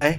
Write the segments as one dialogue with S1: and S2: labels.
S1: 哎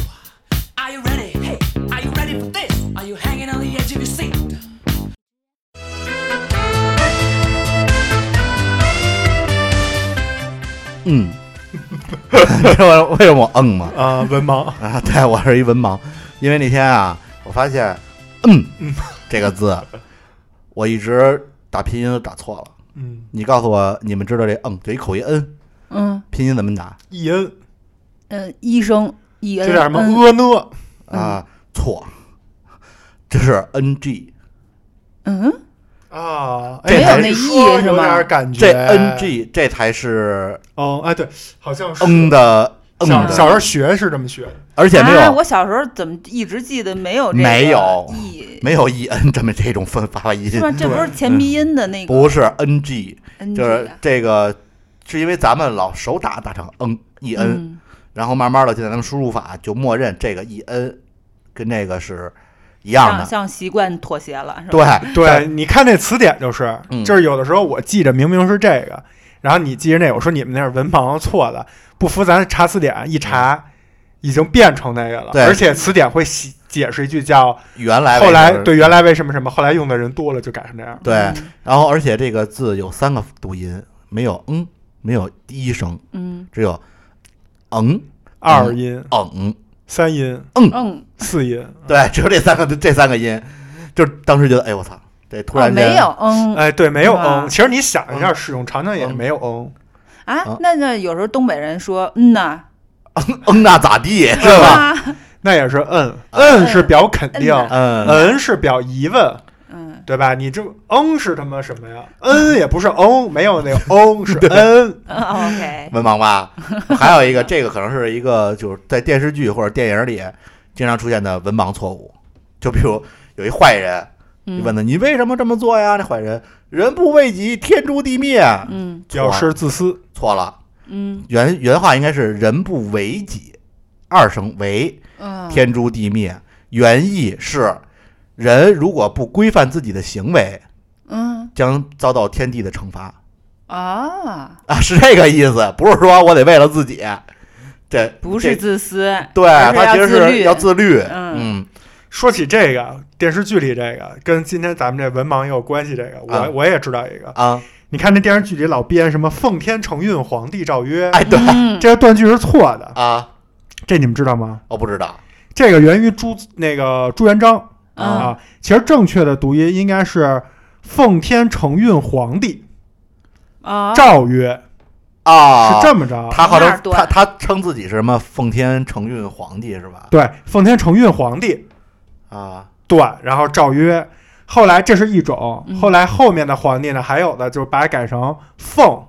S2: Are you ready? Hey, are you ready for this? Are you hanging on the edge of your seat?
S1: 嗯，知道 为什么我嗯吗？
S3: 啊，文盲，
S1: 啊，对我是一文盲，因为那天啊，我发现嗯这个 字，我一直打拼音都打错了。
S3: 嗯
S1: 你告诉我，你们知道这嗯就一口音嗯，
S4: 嗯
S1: 拼音怎么打
S3: ，E N，
S5: 呃
S4: 嗯，医生，医
S3: 这
S4: 恩，
S3: 叫什么？
S4: 嗯
S3: 呃呢？
S1: 啊？错，这是 n g，
S5: 呃
S4: 嗯，
S3: 啊，
S1: 这
S3: 哎
S1: 没有
S4: 那
S3: 你
S4: E
S3: 说
S4: 是
S3: 有
S4: 吗
S3: 点感觉。
S1: 这 n g 这才是
S3: 哦，哎，对，好像是
S1: 嗯的嗯
S3: 小
S1: 的，
S3: 小时候学是这么学的，
S1: 而且没有、
S5: 啊，我小时候怎么一直记得没有这个
S1: 没有
S5: 意
S1: 没有 e n 这么这种分发音
S5: 是，吗？这不是前鼻音的那个
S1: 不是 n g。
S5: NG
S1: 就是
S5: 啊
S1: 这个，是因为咱们老手打打成嗯一 n，
S5: 嗯
S1: 然后慢慢的现在咱们输入法就默认这个一 E n 跟那个是一样
S5: 向
S1: 的，
S5: 向习惯妥协了，是吧？
S1: 对
S3: 对，，你看这词典就是
S1: 嗯，
S3: 就是有的时候我记着明明是这个，然后你记着那个，我说你们那是文盲错的，不服咱查词典一查，已经变成那个了，
S1: 对
S3: 而且词典会解解释一句叫
S1: 原来为
S3: 后来
S1: 止
S3: 对原来为什么什么，后来用的人多了就改成这样。
S1: 对，然后而且这个字有三个读音，没有嗯，没有第一声，
S5: 嗯
S1: 只有嗯
S3: 二音、
S1: 嗯，
S3: 三音、
S5: 嗯，
S3: 四音，
S1: 对，只有这三个这三个音，就当时觉得哎我操，这突然
S5: 哦
S1: 间
S5: 没有嗯
S3: 哎，对，没有
S5: 啊
S3: 嗯。其实你想一下，使用场景也是没有嗯。
S5: 啊
S1: 啊，
S5: 那那有时候东北人说嗯呐，
S1: 嗯那咋地是
S5: 是
S1: 吧？
S5: 吧？
S3: 那也是嗯，嗯是表肯定，
S5: 嗯
S1: 嗯
S3: 嗯是表疑问，
S5: 嗯
S3: 对吧？你这嗯是他妈什么呀？嗯也不是嗯，没有那个 嗯是嗯。
S5: 嗯，OK，
S1: 文盲吧。还有一个，这个可能是一个就是在电视剧或者电影里经常出现的文盲错误，就比如有一坏人，你
S4: 嗯
S1: 问他你为什么这么做呀？那坏人人不为己，天诛地灭。
S5: 嗯
S1: 错
S3: 表
S1: 了
S3: 示自私，
S1: 错了，
S5: 嗯
S1: 原原话应该是人不为己，二声为
S5: 嗯，
S1: 天诛地灭。原意是人如果不规范自己的行为，
S5: 嗯
S1: 将遭到天地的惩罚。
S5: 啊，
S1: 啊，是这个意思，不是说我得为了自己，这
S5: 不
S1: 这
S5: 是自私，
S1: 对
S5: 而是
S1: 他
S5: 要
S1: 其实
S5: 自
S1: 是
S5: 律
S1: 要自律，
S5: 嗯
S1: 嗯
S3: 说起这个电视剧里这个，跟今天咱们这文盲也有关系。这个
S1: 啊
S3: 我我也知道一个，
S1: 啊，
S3: 你看那电视剧里老编什么奉天承运，皇帝诏曰，
S1: 哎对
S5: 嗯
S3: 这个断句是错的，
S1: 啊，
S3: 这你们知道吗？
S1: 我不知道，
S3: 这个源于朱那个朱元璋
S5: 嗯
S3: 啊，其实正确的读音应该是奉天承运皇帝
S5: 啊，
S3: 诏曰，
S1: 啊，
S3: 是这么着。
S1: 他号
S5: 那儿
S1: 称
S5: 断
S1: 他他称自己是什么奉天承运皇帝是吧？
S3: 对，奉天承运皇帝
S1: 啊，
S3: 对，然后诏曰。后来这是一种
S5: 嗯，
S3: 后来后面的皇帝呢，还有的就是把它改成奉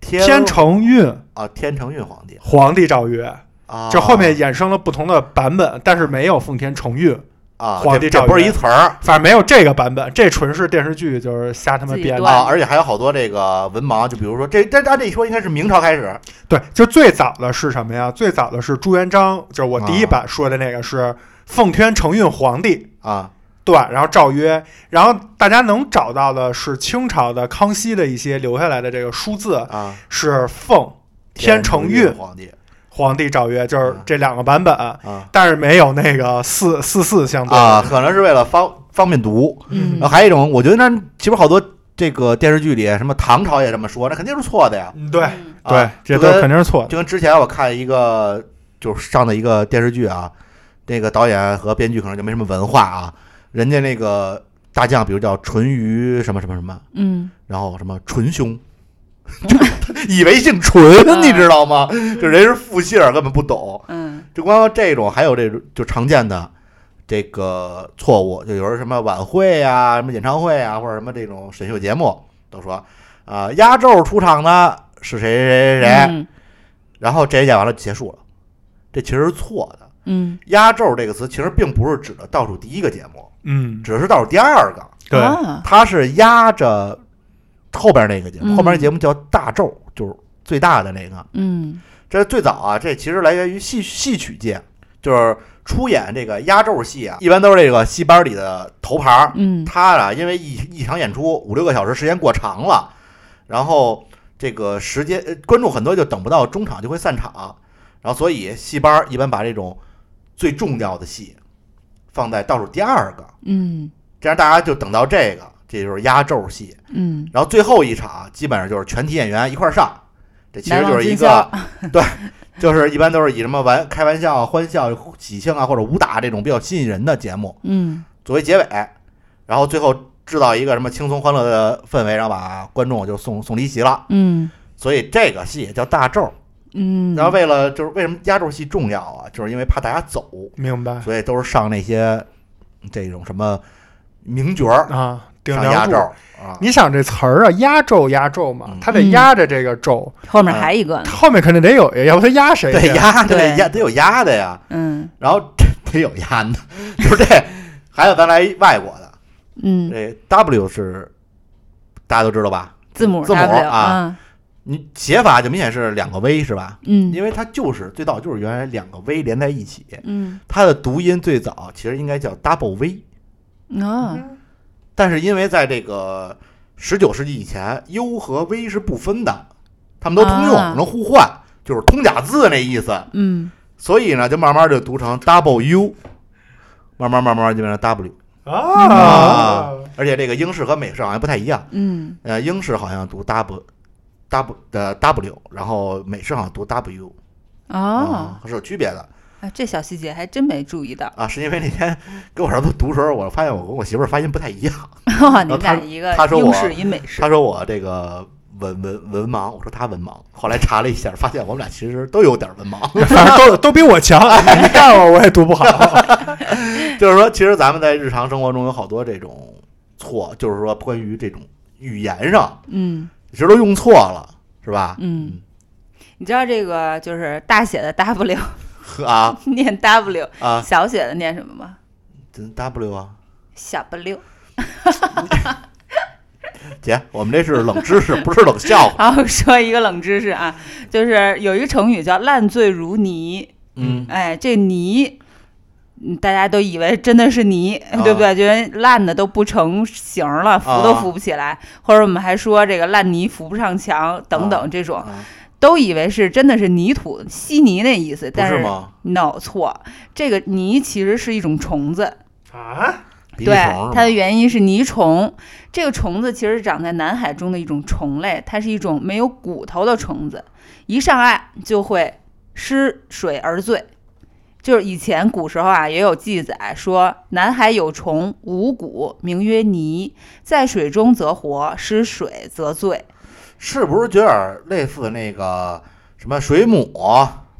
S1: 天
S3: 天承运
S1: 啊，天承运皇帝
S3: 皇帝诏曰，
S1: 啊，
S3: 这后面衍生了不同的版本，但是没有奉天承运，
S1: 啊，
S3: 皇
S1: 这
S3: 帝
S1: 这
S3: 诏
S1: 不是
S3: 曰
S1: 一词儿
S3: 反正没有这个版本，这纯是电视剧就是瞎他妈
S5: 自己
S3: 编的
S5: 断。
S1: 啊，而且还有好多这个文盲，就比如说这这按这一说应该是明朝开始，
S3: 对，就最早的是什么呀？最早的是朱元璋，就是我第一版说的那个是奉天承运皇帝，
S1: 啊
S3: 对，然后诏曰，然后大家能找到的是清朝的康熙的一些留下来的这个书字
S1: 啊，
S3: 是奉天承运
S1: 皇帝
S3: 皇帝诏曰，就是这两个版本，
S1: 啊
S3: 但是没有那个四四四相对
S1: 啊，可能是为了方方便读，
S5: 嗯
S1: 然呃后还有一种，我觉得那其实好多这个电视剧里，什么唐朝也这么说，那肯定是错的呀。
S3: 嗯对
S5: 嗯
S1: 啊
S3: 对，这
S1: 就
S3: 都
S1: 跟
S3: 肯定是错的。
S1: 就跟之前我看一个就是上的一个电视剧啊，那个导演和编剧可能就没什么文化啊，人家那个大将，比如叫淳于什么什么什么，
S5: 嗯
S1: 然后什么淳兄， 就以为姓淳，你知道吗？就人是复姓，根本不懂。
S5: 嗯
S1: 就光这种，还有这种就常见的这个错误，就有时候什么晚会啊、什么演唱会啊，或者什么这种选秀节目，都说啊、压轴出场的是谁谁谁谁，
S5: 嗯
S1: 然后这演完了结束了，这其实是错的。
S5: 嗯
S1: 压轴这个词其实并不是指的倒数第一个节目，
S3: 嗯，
S1: 只是倒数第二个。
S3: 对，
S4: 啊
S1: 它是压着后边那个节目，
S4: 嗯
S1: 后边那节目叫大咒，就是最大的那个。
S4: 嗯
S1: 这最早啊，这其实来源于戏戏曲界，就是出演这个压轴戏啊，一般都是这个戏班里的头牌儿。
S4: 嗯
S1: 他啊，因为一一场演出五六个小时，时间过长了，然后这个时间呃观众很多就等不到中场就会散场，然后所以戏班儿一般把这种最重要的戏放在倒数第二个，
S4: 嗯
S1: 这样大家就等到这个，这就是压轴戏。
S4: 嗯，
S1: 然后最后一场基本上就是全体演员一块儿上，这其实就是一
S4: 难
S1: 个 对，就是一般都是以什么玩开玩笑啊、欢笑、喜庆啊或者武打这种比较吸引人的节目
S4: 嗯
S1: 作为结尾，然后最后制造一个什么轻松欢乐的氛围，然后把观众就送送离席了。
S4: 嗯
S1: 所以这个戏也叫大咒。
S4: 嗯，
S1: 然后为了就是为什么压轴戏重要啊，就是因为怕大家走，
S3: 明白
S1: 所以都是上那些这种什么名角儿
S3: 啊，顶
S1: 上压
S3: 梁柱
S1: 轴。啊。
S3: 你想这词儿啊，压轴压轴嘛
S1: 嗯，
S3: 他得压着这个轴，
S4: 后面还一个呢，
S3: 后面肯定得有呀，要不他压谁
S1: 对
S3: 呀？
S1: 压的
S4: 对
S1: 得压得有压的呀，
S4: 嗯
S1: 然后这得有压的，就是这。还有咱来外国的，
S4: 嗯，
S1: 这 W 是大家都知道吧？
S4: 字母
S1: 字母
S4: W
S1: 啊，你写法就明显是两个 V 是吧？
S4: 嗯
S1: 因为它就是最早就是原来两个 V 连在一起，
S4: 嗯
S1: 它的读音最早其实应该叫 double V，
S4: 啊
S5: 嗯
S1: 但是因为在这个十九世纪以前，U 和 V 是不分的，它们都通用，
S4: 啊
S1: 能互换，就是通假字那意思。
S4: 嗯
S1: 所以呢，就慢慢就读成 double U，慢慢慢慢就变成 W
S3: 啊，
S1: 而且这个英式和美式好像不太一样，
S4: 嗯
S1: 呃，英式好像读 W W 的 W，然后美式好像读 W
S4: 啊，
S1: 嗯是有区别的
S4: 哎这小细节还真没注意到，
S1: 啊，是因为那天给我儿子读的时候，我发现我跟我媳妇儿发音不太一样，
S4: 哇， 你们
S1: 他
S4: 俩一个
S1: 他说
S4: 英
S1: 我
S4: 式一美式
S1: 她，说我这个。文文文盲，我说她文盲，后来查了一下，发现我们俩其实都有点文盲。
S3: 反正都都比我 强。你看我，我也读不好。
S1: 就是说，其实咱们在日常生活中有好多这种错，就是说关于这种语言上，
S4: 嗯
S1: 其实都用错了，是吧？
S4: 嗯，你知道这个就是大写的 W
S1: 呵啊
S4: 念 W，
S1: 啊
S4: 小写的念什么吗？
S1: 这，W 啊，
S4: 小不溜。
S1: 姐，我们这是冷知识，不是冷笑话。
S4: 然后说一个冷知识啊，就是有一成语叫“烂醉如泥”，
S1: 嗯，
S4: 哎，这泥，嗯大家都以为真的是泥，
S1: 啊
S4: 对不对？觉得烂的都不成形了，扶都扶不起来，或者我们还说这个烂泥扶不上墙等等这种，
S1: 啊
S4: 都以为是真的是泥土、稀泥那意思，
S1: 不
S4: 但
S1: 是
S4: 是
S1: 吗？
S4: no 错，这个泥其实是一种虫子，
S3: 啊，
S1: 鼻涕
S4: 对
S1: 虫，
S4: 它的
S1: 是吗
S4: 原因是泥虫。这个虫子其实长在南海中的一种虫类，它是一种没有骨头的虫子，一上岸就会失水而醉。就是以前古时候啊，也有记载说，南海有虫，无骨，名曰泥，在水中则活，失水则醉。
S1: 是不是就有点类似那个什么水母、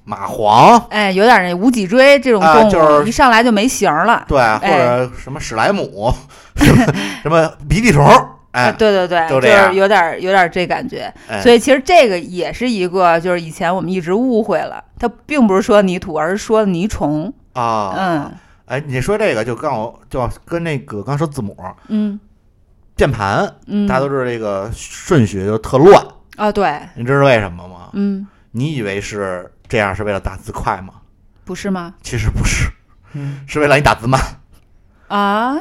S1: 蚂蟥，
S4: 哎，有点那无脊椎这种
S1: 啊
S4: 动物，
S1: 就是
S4: 一上来就没形儿了。
S1: 对，或者什么史莱 姆，什么鼻涕虫，
S4: 啊，
S1: 哎，
S4: 对对对，
S1: 就
S4: 就
S1: 这样
S4: 是有点儿有点儿这感觉。
S1: 哎
S4: 所以其实这个也是一个，就是以前我们一直误会了，它并不是说泥土，而是说泥虫。
S1: 啊，
S4: 嗯
S1: 哎，你说这个就跟我就跟那个刚说字母
S4: 嗯
S1: 键盘，
S4: 嗯，
S1: 大家都知道这个顺序就特乱，
S4: 啊，对，
S1: 你知道为什么吗？
S4: 嗯，
S1: 你以为是这样是为了打字快吗？
S4: 不是吗？
S1: 其实不是，
S3: 嗯，
S1: 是为了你打字慢。
S4: 啊，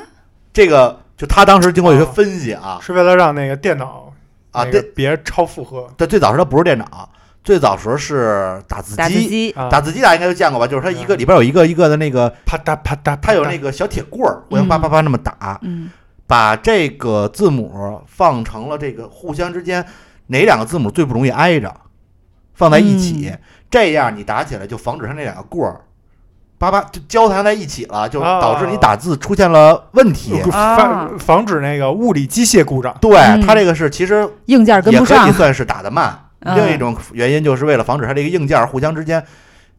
S1: 这个就他当时经过一些分析啊
S3: 是为了让那个电脑
S1: 啊，
S3: 那个
S1: 对，
S3: 别超负荷
S1: 他最早时候不是电脑，最早时候是打字
S4: 打字
S1: 机，
S4: 机，
S3: 啊，
S1: 打字机大家应该都见过吧？就是它一个里边有一个一个的那个，
S3: 啪嗒啪嗒，
S1: 它有
S3: 啪
S1: 那
S3: 嗒
S1: 个小铁棍儿，互相叭叭叭那么打，
S4: 嗯
S1: 把这个字母放成了这个互相之间哪两个字母最不容易挨着，放在一起，这样你打起来就防止它那两个棍儿。叭叭就交缠在一起了，就
S3: 啊
S1: 导致你打字出现了问题。
S3: 防防止那个物理机械故障。
S1: 对，
S4: 嗯
S1: 它这个是其实
S4: 硬件跟
S1: 也
S4: 不
S1: 可
S4: 上
S1: 以。算是打得慢。
S4: 嗯
S1: 另一种原因就是为了防止它这个硬件互相之间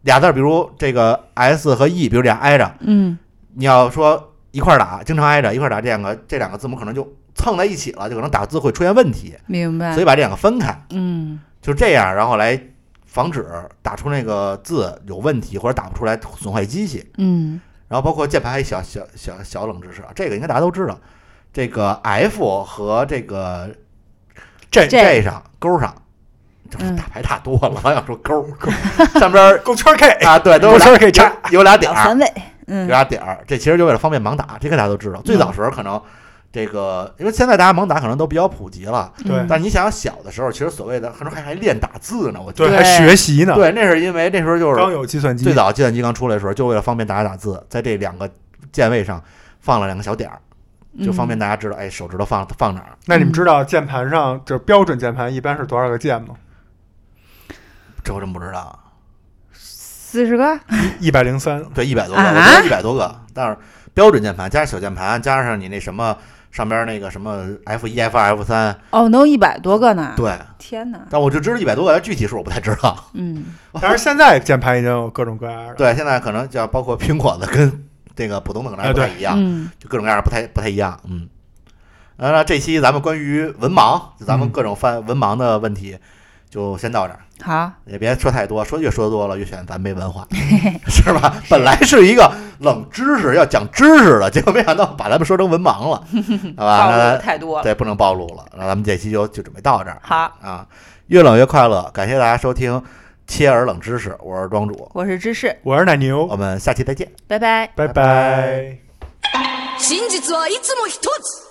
S1: 俩字儿，比如这个 S 和 E，比如俩挨着，
S4: 嗯
S1: 你要说一块儿打，经常挨着一块儿打，这两个这两个字母可能就蹭在一起了，就可能打字会出现问题，
S4: 明白
S1: 所以。把这两个分开，
S4: 嗯
S1: 就这样，然后来防止打出那个字有问题或者打不出来损坏机器。
S4: 嗯
S1: 然后包括键盘还有小小小小冷知识啊，这个应该大家都知道，这个 F 和这个
S3: 这
S1: J 上勾上，就是
S4: 嗯
S1: 大牌差多了。我想说勾 勾，上边儿
S3: 狗圈 K，
S1: 啊，对，都是
S3: 勾圈
S1: 俩
S3: 儿可以插
S1: 有有俩点
S4: 老
S1: 儿，
S4: 三位，
S1: 有
S4: 嗯，
S1: 俩点儿，这其实就为了方便盲打，这个大家都知道。最
S3: 嗯
S1: 早时候可能这个，因为现在大家盲打可能都比较普及了，
S3: 对
S1: 但你想想小的时候，其实所谓的可能还还练打字呢，我觉得
S3: 对，还学习呢，
S1: 对，那是因为那时候就是
S3: 刚有计算机，
S1: 最早计算机刚出来的时候，就为了方便大家打字，在这两个键位上放了两个小点儿，就方
S4: 嗯
S1: 便大家知道，哎，手指头放放哪儿。
S3: 那你们知道键盘上就是标准键盘一般是多少个键吗？
S1: 这我真不知道，
S4: 四十个，
S1: 嗯
S3: 一百零三。
S1: 对，一百多个，
S4: 啊
S1: 我觉得一百多个，但是标准键盘加上小键盘，加上你那什么上边那个什么 F 一、F 二、F 三，
S4: 哦，能有一百多个呢，
S1: 对，
S4: 天哪，
S1: 但我就知道一百多个，具体数我不太知道。
S4: 嗯，
S3: 但是现在键盘已经有各种各样的了，
S1: 对，现在可能叫包括苹果的跟这个普通的可能还不太一样，
S4: 嗯，
S1: 就各种各样的不太不太一样，嗯。呃那这期咱们关于文盲，就咱们
S3: 嗯
S1: 各种翻文盲的问题，就先到这儿，
S4: 好，
S1: 也别说太多，说越说多了越显得咱没 文化，是吧？本来是一个冷知识要讲知识的，结果没想到把咱们说成文盲了， 好吧？
S4: 暴露
S1: 那
S4: 的太多了，
S1: 对，不能暴露了。那咱们这期就就准备到这儿
S4: 好，
S1: 啊！越冷越快乐，感谢大家收听切耳冷知识，我是庄主，
S4: 我是芝士，
S3: 我是奶牛
S1: 我，们下期再见。
S4: 拜拜。
S3: 拜
S1: 哦拜拜
S3: 拜。
S2: 真実はいつも一つ